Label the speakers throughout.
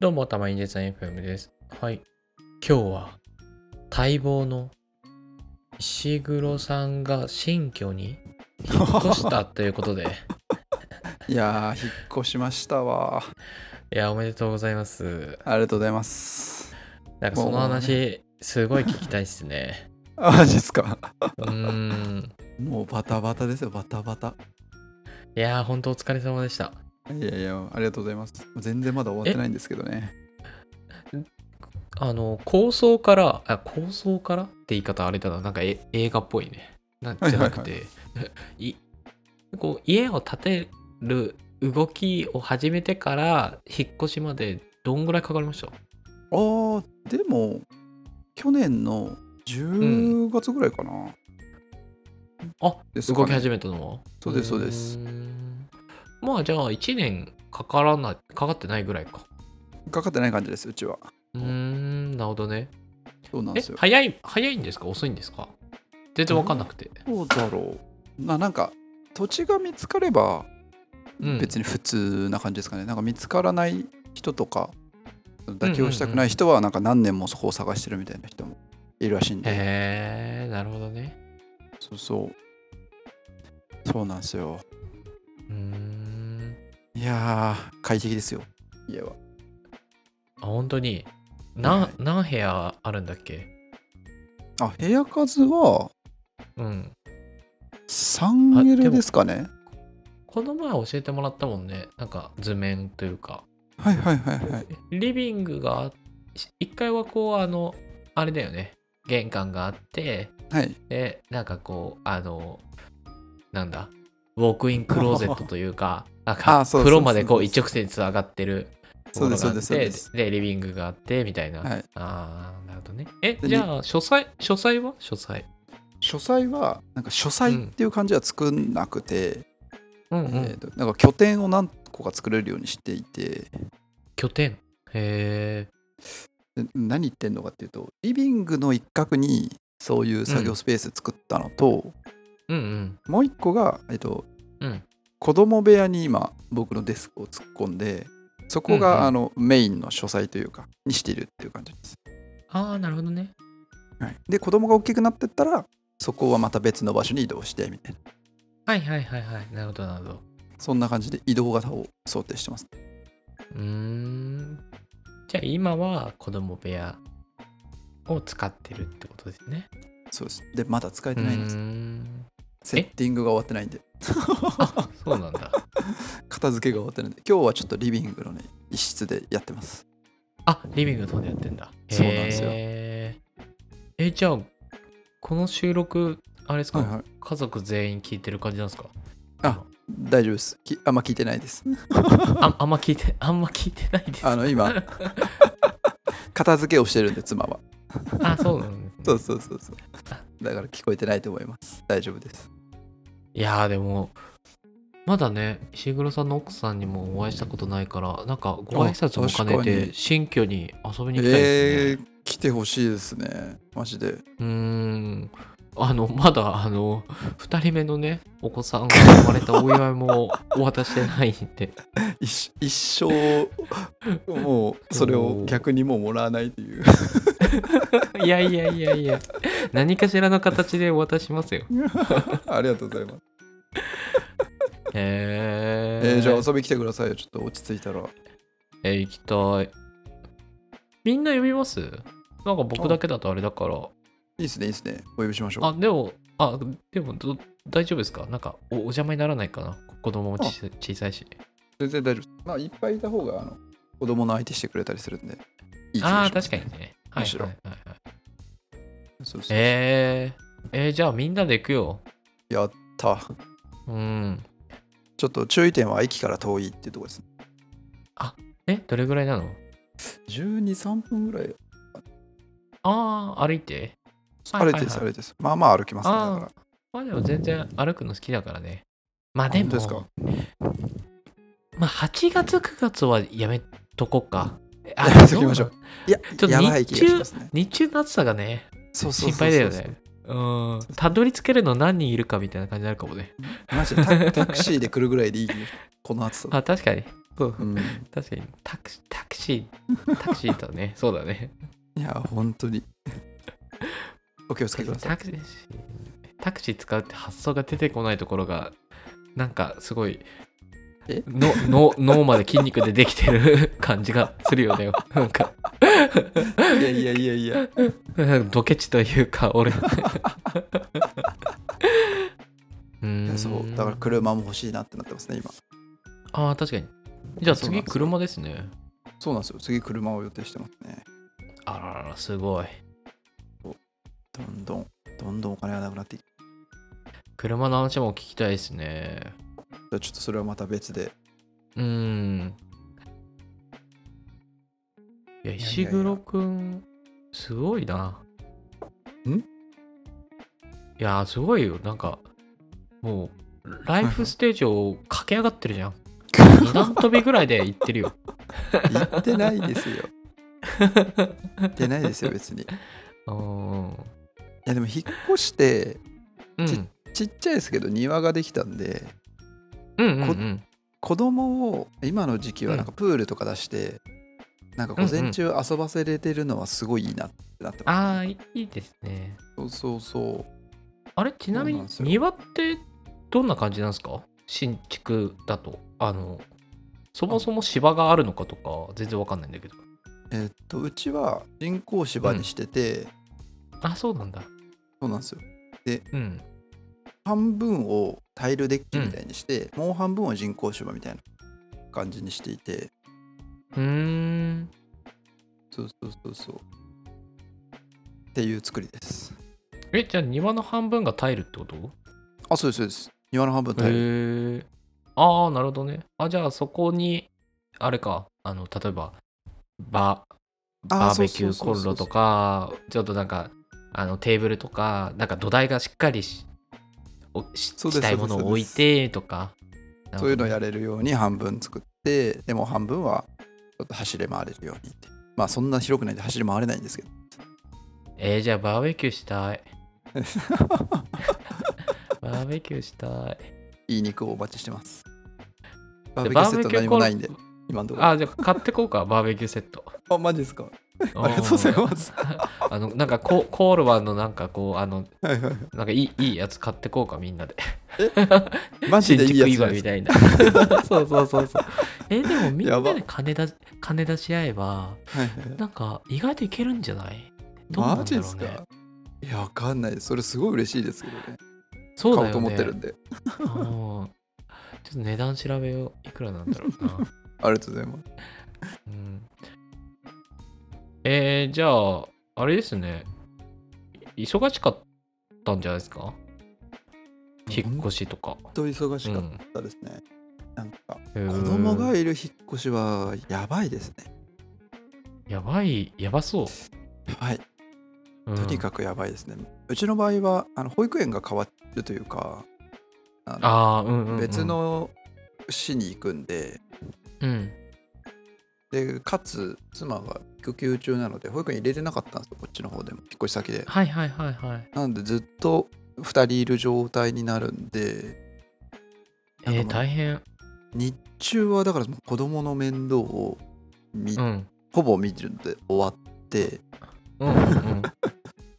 Speaker 1: どうも、たまにデザイン FM です。はい。今日は、待望の石黒さんが新居に引っ越したということで、
Speaker 2: いやー引っ越しましたわ
Speaker 1: いや、おめでとうございます。
Speaker 2: ありがとうございます
Speaker 1: なんかその話、すごい聞きたいっすね。
Speaker 2: あマジっすか
Speaker 1: うーん。
Speaker 2: もうバタバタですよバタバタ
Speaker 1: いやー、ほんとお疲れ様でした。
Speaker 2: いやいやありがとうございます全然まだ終わってないんですけどね
Speaker 1: あの、構想から、あ、構想からって言い方あれだな、なんかえ映画っぽいね。な
Speaker 2: はい
Speaker 1: じゃなくて、 いこう家を建てる動きを始めてから引っ越しまでどんぐらいかかりました
Speaker 2: あーでも去年の10月ぐらいかな、
Speaker 1: あ
Speaker 2: ですか
Speaker 1: 動
Speaker 2: ね
Speaker 1: き始めたのは
Speaker 2: そうですそうです
Speaker 1: ーんまあじゃあ1年かからないかかってないぐらいか
Speaker 2: かかってない感じですうちは
Speaker 1: うーんなるほどね
Speaker 2: そうなん
Speaker 1: え
Speaker 2: ですよ
Speaker 1: 早い早いんですか遅いんですか全然わかんなくて、
Speaker 2: どうだろうまあなんか土地が見つかれば
Speaker 1: うん、
Speaker 2: 別に普通な感じですかね、なんか見つからない人とか妥協したくない人はなんか何年もそこを探してるみたいな人もいるらしいんで、
Speaker 1: へえなるほどね
Speaker 2: そうそうそうなんですよ
Speaker 1: うーん
Speaker 2: いやー快適ですよ家は
Speaker 1: あ本当にな、
Speaker 2: はい
Speaker 1: 何部屋あるんだっけ
Speaker 2: あ部屋数は
Speaker 1: うんあで
Speaker 2: 3L
Speaker 1: も
Speaker 2: ですかね
Speaker 1: この前教えてもらったもんねなんか図面というか
Speaker 2: はいはいはいはい
Speaker 1: リビングが1階はこうあのあれだよね玄関があって
Speaker 2: はい
Speaker 1: でなんかこうあのなんだウォークインクローゼットという かなんか
Speaker 2: あそうそう
Speaker 1: 風呂までこ
Speaker 2: そう
Speaker 1: う
Speaker 2: です
Speaker 1: 一直線につながってる
Speaker 2: そうですそうですそう
Speaker 1: ものがあ
Speaker 2: で
Speaker 1: って
Speaker 2: す
Speaker 1: でリビングがあってみたいな、
Speaker 2: はい
Speaker 1: ああなるほどねえ
Speaker 2: で
Speaker 1: じゃあ書斎書斎は書斎
Speaker 2: 書斎はなんか書斎っていう感じは作んなくて、
Speaker 1: うんうん、
Speaker 2: えーとなんか拠点を何個か作れるようにしていて
Speaker 1: 拠点へえ
Speaker 2: で何言ってんのかっていうとリビングの一角にそういう作業スペース作ったのと、
Speaker 1: うんうん
Speaker 2: もう一個が、えっと
Speaker 1: うん
Speaker 2: 子供部屋に今僕のデスクを突っ込んでそこが、
Speaker 1: うんうん
Speaker 2: あのメインの書斎というかにしているっていう感じです、
Speaker 1: ああなるほどね
Speaker 2: はい、で子供が大きくなってったらそこはまた別の場所に移動してみたいな
Speaker 1: はいはいはいはいなるほどなるほど
Speaker 2: そんな感じで移動型を想定してます
Speaker 1: うーんじゃあ今は子供部屋を使ってるってことですね
Speaker 2: そうですでまだ使え
Speaker 1: う
Speaker 2: てないんです
Speaker 1: ーん
Speaker 2: セッティングが終わってないんで
Speaker 1: あそうなん だ
Speaker 2: 片付けが終わってないんで今日はちょっとリビングのね一室でやってます
Speaker 1: あリビングのとこでやってんだ
Speaker 2: そうなんですよ
Speaker 1: へーえじゃあこの収録あれですか、
Speaker 2: はいはい
Speaker 1: 家族全員聞いてる感じなんですか
Speaker 2: 大丈夫ですきあんま聞いてないです
Speaker 1: ああんま聞いてあんま聞いてない です
Speaker 2: あの今片付けをしてるんで妻は
Speaker 1: あそうなんですね
Speaker 2: そうそうそうそうだから聞こえてないと思います大丈夫です
Speaker 1: いやーでもまだね石黒さんの奥さんにもお会いしたことないからなんかご挨拶も兼ね
Speaker 2: あ確か
Speaker 1: て
Speaker 2: に
Speaker 1: 新居に遊びに行きたいですね、
Speaker 2: えー、来てほしいですねマジで
Speaker 1: うーんあのまだあの2人目のねお子さんが生まれたお祝いもお渡してないんで
Speaker 2: 一一生 もうそれを逆にもうもらわないと いう
Speaker 1: いやいやいやいや何かしらの形でお渡ししますよ
Speaker 2: ありがとうございます、
Speaker 1: へ
Speaker 2: え
Speaker 1: え
Speaker 2: ーじゃあ遊び来てくださいよちょっと落ち着いたら
Speaker 1: えー行きたいみんな呼びますなんか僕だけだとあれだから
Speaker 2: いいですねいいですねお呼びしましょう
Speaker 1: あ、でも、あ、でもど、大丈夫ですかなんかお、お邪魔にならないかな子供もち小さいし。
Speaker 2: 全然大丈夫ですまあいっぱいいた方があの子供の相手してくれたりするんでいい気がし
Speaker 1: あ
Speaker 2: ま
Speaker 1: あ、
Speaker 2: す
Speaker 1: 確かにね。はい、
Speaker 2: むし
Speaker 1: はい、
Speaker 2: ろ
Speaker 1: はいはい。
Speaker 2: そうそうそう
Speaker 1: えー、えーじゃあみんなで行くよ。
Speaker 2: やった
Speaker 1: うん。
Speaker 2: ちょっと注意点は駅から遠いっていうところですね
Speaker 1: え、どれぐらいなの
Speaker 2: 1 2 3分ぐらい
Speaker 1: ああ、歩いて。はい
Speaker 2: 歩いてです
Speaker 1: はい
Speaker 2: 歩
Speaker 1: はい
Speaker 2: てですまあまあ歩きますねだ
Speaker 1: あー
Speaker 2: から
Speaker 1: まあでも全然歩くの好きだからね。まあで
Speaker 2: 本当ですか
Speaker 1: も、まあ8月9月はやめとこっか。あ
Speaker 2: やめときましょう。いや、
Speaker 1: ちょっと
Speaker 2: やばい気がしますね。
Speaker 1: 日中の暑さがね、
Speaker 2: そうそうそうそ
Speaker 1: 心
Speaker 2: う
Speaker 1: 配だよ。ね。うん。たどり着けるの何人いるかみたいな感じになるかもね。
Speaker 2: マジでタタクシーで来るぐらいでいい気がしますこの暑さだ。
Speaker 1: あ確かにそう
Speaker 2: うん、
Speaker 1: 確かにタクシータクシータクシーだ ねそうだね
Speaker 2: いや本 当にお気をつけくださ
Speaker 1: タ
Speaker 2: い
Speaker 1: クシータクシー使うって発想が出てこないところがなんかすごい
Speaker 2: え
Speaker 1: のの脳まで筋肉でできて る感じがするよねなんか
Speaker 2: いやいやいやいや
Speaker 1: ドケチというか 俺うん
Speaker 2: そうだから車も欲しいなってなってますね今
Speaker 1: ああ確かにじゃあ
Speaker 2: そうなん
Speaker 1: 次
Speaker 2: ですよ
Speaker 1: 車ですね
Speaker 2: そうなんですよ次車を予定してますね
Speaker 1: あらららすごい
Speaker 2: どんどんどんどんお金がなくなっていく
Speaker 1: 車の話も聞きたいですね
Speaker 2: じゃあちょっとそれはまた別 で
Speaker 1: うーん。いや、
Speaker 2: いや
Speaker 1: 石黒くん、すごいな。
Speaker 2: ん
Speaker 1: いや、すごいよ。なんか、もう、ライフステージを駆け上がってるじゃ ん。二段跳びぐらいで行ってるよ。
Speaker 2: 言ってないですよ言ってないですよ別にいう
Speaker 1: ーん。
Speaker 2: やでも引っ越して
Speaker 1: うん。
Speaker 2: ちっちゃいですけど庭ができたんで
Speaker 1: うんうんうん。
Speaker 2: 子供を今の時期はなんかプールとか出して、なんか午前中遊ばせれてるのはすごいいいなってなって
Speaker 1: あ
Speaker 2: ま
Speaker 1: あ、いいですね。
Speaker 2: す、そうそうそう
Speaker 1: あれ、ちなみ
Speaker 2: そうなん
Speaker 1: に
Speaker 2: ですよ
Speaker 1: 庭ってどんな感じなんですか新築だと。あの、そもそも芝があるのかとか、全然わかんないんだけど。
Speaker 2: えっとうちは人工芝にしてて、
Speaker 1: あ、そうなんだ。
Speaker 2: そうなんですよ
Speaker 1: うん。
Speaker 2: 半分をタイルデッキみたいにして、もう半分は人工芝みたいな感じにしていて
Speaker 1: うーん。
Speaker 2: そうそうそうそうっていう作りです
Speaker 1: え、じゃあ庭の半分がタイルってこと
Speaker 2: あそうですそうです庭の半分タイル、
Speaker 1: へえ。ああ、なるほどね。あ、じゃあそこに、あれか、あの、例えば、バ
Speaker 2: あ
Speaker 1: バーベキューコンロとか、ちょっとなんか、あのテーブルとか、なんか土台がしっかりしおし
Speaker 2: そうです
Speaker 1: したいものを置いてとか。
Speaker 2: そういうのを
Speaker 1: や
Speaker 2: やれるように半分作ってでも半分はちょっと走れ回れるようにってまあそんな広くないんで走り回れないんですけど
Speaker 1: えー、じゃあバーベキューしたい。バーベキューしたい。
Speaker 2: いい肉をお待ちしてますバ
Speaker 1: で
Speaker 2: ーベキューセット
Speaker 1: バーベキュー
Speaker 2: 何
Speaker 1: コ
Speaker 2: も
Speaker 1: ンロ
Speaker 2: ないんで今のところあ
Speaker 1: あ、じゃあ買ってこうか、バーベキューセット。
Speaker 2: マジですか
Speaker 1: あ
Speaker 2: ありがとうございます
Speaker 1: あのなんかココールマンのなんかこうあの
Speaker 2: はいはいは
Speaker 1: なんかいいいいやつ買ってこうかみんなで
Speaker 2: いマ
Speaker 1: 新
Speaker 2: ジでいいや
Speaker 1: 築
Speaker 2: つじ
Speaker 1: 祝
Speaker 2: ゃないい
Speaker 1: み
Speaker 2: ですか
Speaker 1: たいな そうそうそうそうえでもみんな
Speaker 2: やば
Speaker 1: で金出し金出し合えば
Speaker 2: はいはい
Speaker 1: なんか意外といけるんじゃないどうなん
Speaker 2: マ
Speaker 1: だ
Speaker 2: ジ
Speaker 1: ろ
Speaker 2: で
Speaker 1: う
Speaker 2: す
Speaker 1: ね
Speaker 2: かいやわかんないですそれすごい嬉しいですけどね
Speaker 1: そうだよ
Speaker 2: 買お
Speaker 1: ね
Speaker 2: うと思ってるんで
Speaker 1: うんちょっと値段調べよういくらなんだろ うな、
Speaker 2: ありがとうございます
Speaker 1: うん、えー、じゃああれですね忙しかったんじゃないですか引っ越しとか
Speaker 2: 本当忙しか
Speaker 1: うん
Speaker 2: ったですね、なんか
Speaker 1: 子
Speaker 2: 子供がいる引っ越しはやばいですね
Speaker 1: やばいやばそう、
Speaker 2: はいとに
Speaker 1: く
Speaker 2: かくやばいですね。うちの場合はあの保育園が変わるというか、あの
Speaker 1: ああうんうん、うん、
Speaker 2: 別の市に行くんで、
Speaker 1: うん
Speaker 2: でかつ妻が育休中なので保育園入れれなかったんですよ、こっちの方でも、引っ越し先で。
Speaker 1: はいはいはいはい
Speaker 2: なのでずっと2人いる状態になるんで、
Speaker 1: え
Speaker 2: なん
Speaker 1: ー、
Speaker 2: かもう
Speaker 1: 大変
Speaker 2: 日中はだからもう子供の面倒を見、
Speaker 1: うん
Speaker 2: ほぼ見てるので終わって、
Speaker 1: うんうん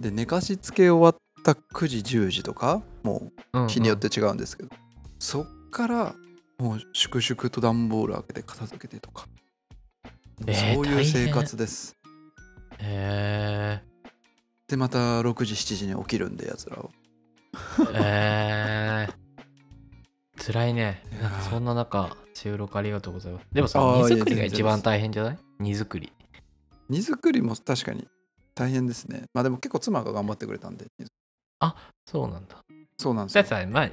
Speaker 2: で寝かしつけ終わった9時、10時とか、もう
Speaker 1: うん
Speaker 2: 日によって違うんですけど、そっからもう粛々と段ボール開けて片付けてとか、
Speaker 1: えー
Speaker 2: そういう生活です
Speaker 1: うんへ
Speaker 2: でまた6時7時に起きるんでやつらを
Speaker 1: ーえー、辛いねなんかそんな中収録ありがとうございますでもさ
Speaker 2: あ
Speaker 1: 荷
Speaker 2: ーいや
Speaker 1: 造り
Speaker 2: 全
Speaker 1: が
Speaker 2: 然
Speaker 1: 一番大変じゃない荷造り
Speaker 2: 荷造りも確かに大変ですねまあでも結構妻が頑張ってくれたんで
Speaker 1: そうなんだ
Speaker 2: そうなんです
Speaker 1: だ
Speaker 2: よ
Speaker 1: ってさまあ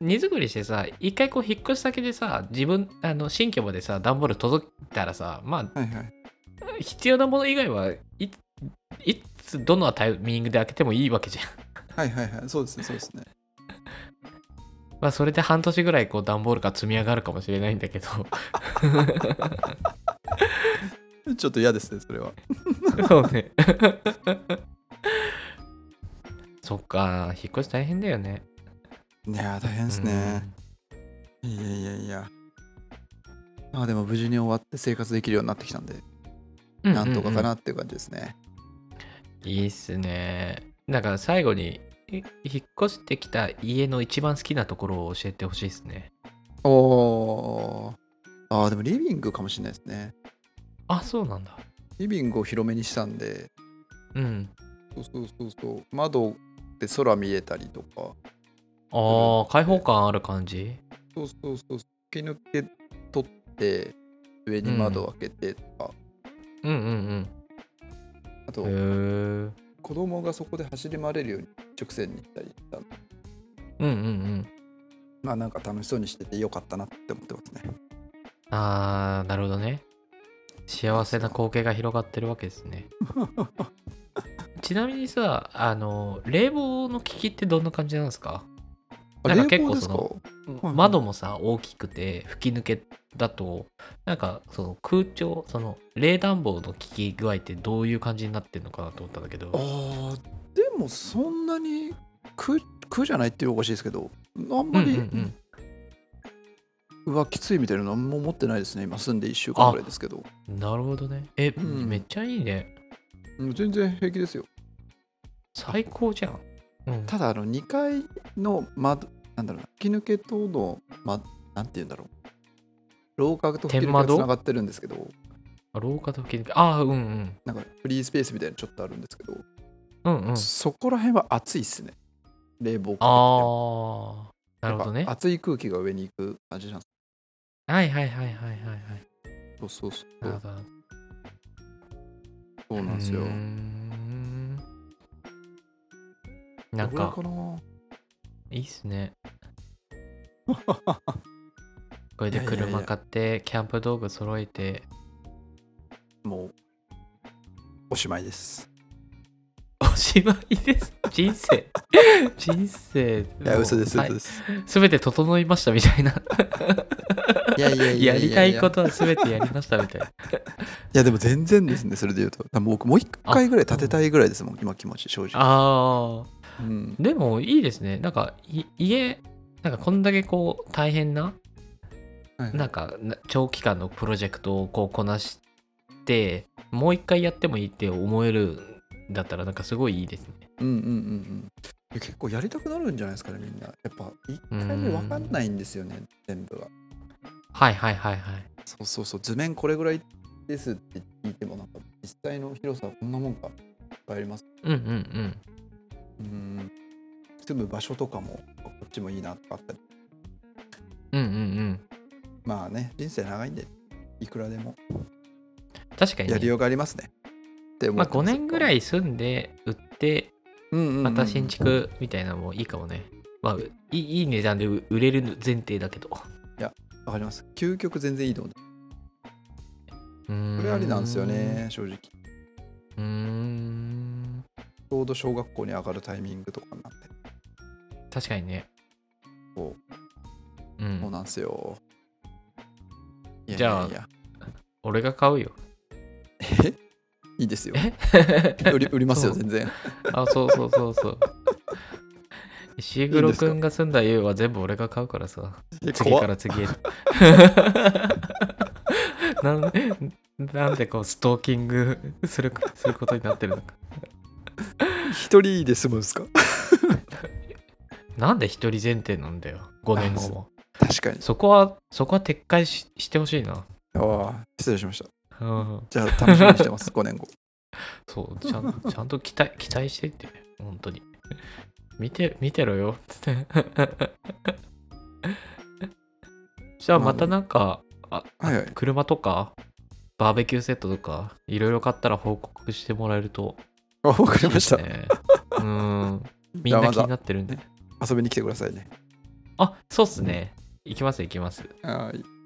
Speaker 1: 荷造りしてさ一回こう引っ越し先でさ自分あの新居までさ段ボール届いたらさまあ
Speaker 2: はいはい
Speaker 1: 必要なもの以外はいいつどのタイミングで開けてもいいわけじゃん。
Speaker 2: はいはいはいそうですねそうですね
Speaker 1: まあそれで半年ぐらいこう段ボールが積み上がるかもしれないんだ けど
Speaker 2: ちょっと嫌ですねそれは
Speaker 1: そうね そっか引っ越し大変だよね。
Speaker 2: いやー大変ですね、いやいやいやまあでも無事に終わって生活できるようになってきたんで、
Speaker 1: うん
Speaker 2: なんとかか
Speaker 1: うん
Speaker 2: なっていう感じですね。
Speaker 1: うんいいっすねだから最後にい引っ越してきた家の一番好きなところを教えてほしいですね
Speaker 2: おーあーでもリビングかもしれないですね。
Speaker 1: あそうなんだ
Speaker 2: リビングを広めにしたんで、
Speaker 1: うん
Speaker 2: そうそうそうそう、窓で空見えたりとか、
Speaker 1: あー開放感ある感じ
Speaker 2: そうそうそう、吹き抜け取って、上に窓を開けてとか、
Speaker 1: うんうん
Speaker 2: あ
Speaker 1: う
Speaker 2: と
Speaker 1: んへー
Speaker 2: 子供がそこで走り回れるように直線に行ったりしたんで
Speaker 1: うんうんうん
Speaker 2: まあなんか楽しそうにしててよかったなって思ってますね。
Speaker 1: あーなるほどね幸せな光景が広がってるわけです ねちなみにさあの冷房の効きってどんな感じなんですか
Speaker 2: あ
Speaker 1: なんか
Speaker 2: 冷
Speaker 1: 結
Speaker 2: 房
Speaker 1: 構
Speaker 2: です
Speaker 1: そ
Speaker 2: か
Speaker 1: の
Speaker 2: いはい
Speaker 1: 窓もさ大きくて吹き抜けだとなんかその空調その冷暖房の効き具合ってどういう感じになってるのかなと思ったんだけど
Speaker 2: あーでもそんなに苦苦じゃないっていうのはおかしいですけどあんまり、う
Speaker 1: うんうんうん
Speaker 2: わきついみたいなのはもう持ってないですね今住んで1週間ぐらいですけど
Speaker 1: なるほどねえ、
Speaker 2: うん
Speaker 1: めっちゃいいね
Speaker 2: うん全然平気ですよ
Speaker 1: 最高じゃん、うん、
Speaker 2: ただあの2階の窓なんだろうな吹き抜けとの、ま、なんて言うんだろう廊下と吹き抜け
Speaker 1: 天
Speaker 2: がつ
Speaker 1: 窓
Speaker 2: ながってるんですけど
Speaker 1: 廊下と吹き抜けああうんうん
Speaker 2: なんかフリースペースみたいなのちょっとあるんですけど、
Speaker 1: うんうん
Speaker 2: そこら辺は暑いっすね冷房か
Speaker 1: ああ、な
Speaker 2: けてて
Speaker 1: るほどね
Speaker 2: やっ。ぱ暑い空気が上に行く感じなんで
Speaker 1: はいはいはいはいはいはい。
Speaker 2: すそうそうそ
Speaker 1: なるほど。
Speaker 2: うそうなんですよ
Speaker 1: うーんなん
Speaker 2: どれ
Speaker 1: か、
Speaker 2: かない
Speaker 1: いっす ね。これで
Speaker 2: いやいやいや
Speaker 1: 車買って、キャンプ道具揃えて、
Speaker 2: もうおしまいです。
Speaker 1: おしまいです。人 生。人生。
Speaker 2: いや、嘘です、
Speaker 1: もう
Speaker 2: 嘘です。
Speaker 1: はいすべて整いましたみたいな。
Speaker 2: いやい
Speaker 1: や
Speaker 2: や。
Speaker 1: りたいこととはすべてやりましたみたいな。
Speaker 2: いや、でも全然ですね、それで言うと。多分僕、もう一回ぐらい立てたいぐらいですもん、今気持ち、正直。
Speaker 1: ああ。
Speaker 2: うん、
Speaker 1: でもいいですね。なんかい家、なんかこんだけこう大変な、
Speaker 2: はい
Speaker 1: なんかな長期間のプロジェクトをこうこなして、もう一回やってもいいって思えるんだったら、なんかすごいいいですね。
Speaker 2: うんうんうんうん。いや結構やりたくなるんじゃないですかね、みんな。やっぱ、一回目わかんないんですよね、全部が。
Speaker 1: はいはいはいはい。
Speaker 2: そうそうそう、図面これぐらいですって聞いても、なんか、実際の広さはこんなもんか、いっぱいあります。
Speaker 1: うんうんうん。
Speaker 2: うん。住む場所とかも、こっちもいいなとかあったり。
Speaker 1: うんうんうん。
Speaker 2: まあね、人生長いんで、いくらでも。
Speaker 1: 確かに、
Speaker 2: やり
Speaker 1: ね、
Speaker 2: ようがありますね。って思
Speaker 1: まあ5年ぐら
Speaker 2: い、
Speaker 1: い住んで、売って、
Speaker 2: うんうんうん
Speaker 1: また新築みたいなのもいいかもね。まあ、いいいい値段で売売れる前提だけど。
Speaker 2: わかります。究極全然いいと思う。
Speaker 1: こ
Speaker 2: これありなんですよ。ね、正直。ち
Speaker 1: うーん。
Speaker 2: ょうど小学校に上がるタイミングとかになって。
Speaker 1: 確かにね。。。
Speaker 2: そうそうんなんですよ。いや
Speaker 1: じゃあ
Speaker 2: いやいや
Speaker 1: 俺が買うよ。
Speaker 2: いいですよ。
Speaker 1: え
Speaker 2: 売り売りますよ、
Speaker 1: そう
Speaker 2: 全然。
Speaker 1: あ、そうそうそう そう。石黒くんが住んだ家は全部俺が買うからさ。
Speaker 2: え
Speaker 1: 次か
Speaker 2: 怖っ
Speaker 1: ら次へ。 なんなんでこうストーキングするすることになってるのか。
Speaker 2: 一人で済むんですか
Speaker 1: なんで一人前提なんだよ。5年後 も。
Speaker 2: 確かに。
Speaker 1: そこは、そこは撤回ししてほしいな。
Speaker 2: ああ、失礼しました。
Speaker 1: うん。
Speaker 2: じゃあ、楽しみにし てます、5年後。
Speaker 1: そう、ちゃん ちゃんと期待期待してって、本当に。 見て見てろよ、 つって。じゃあまたなんか、あ
Speaker 2: はいはい。
Speaker 1: 車とか、バーベキューセットとか、いろいろ買ったら報告してもらえると
Speaker 2: あ、わかりました
Speaker 1: いい。ですね。うん。み
Speaker 2: じ
Speaker 1: ん
Speaker 2: ゃあ
Speaker 1: な
Speaker 2: ま
Speaker 1: 気に
Speaker 2: た
Speaker 1: なってるんで。
Speaker 2: 遊びに来てくださいね。
Speaker 1: あ、そうっすね。行きます行きます。
Speaker 2: はい。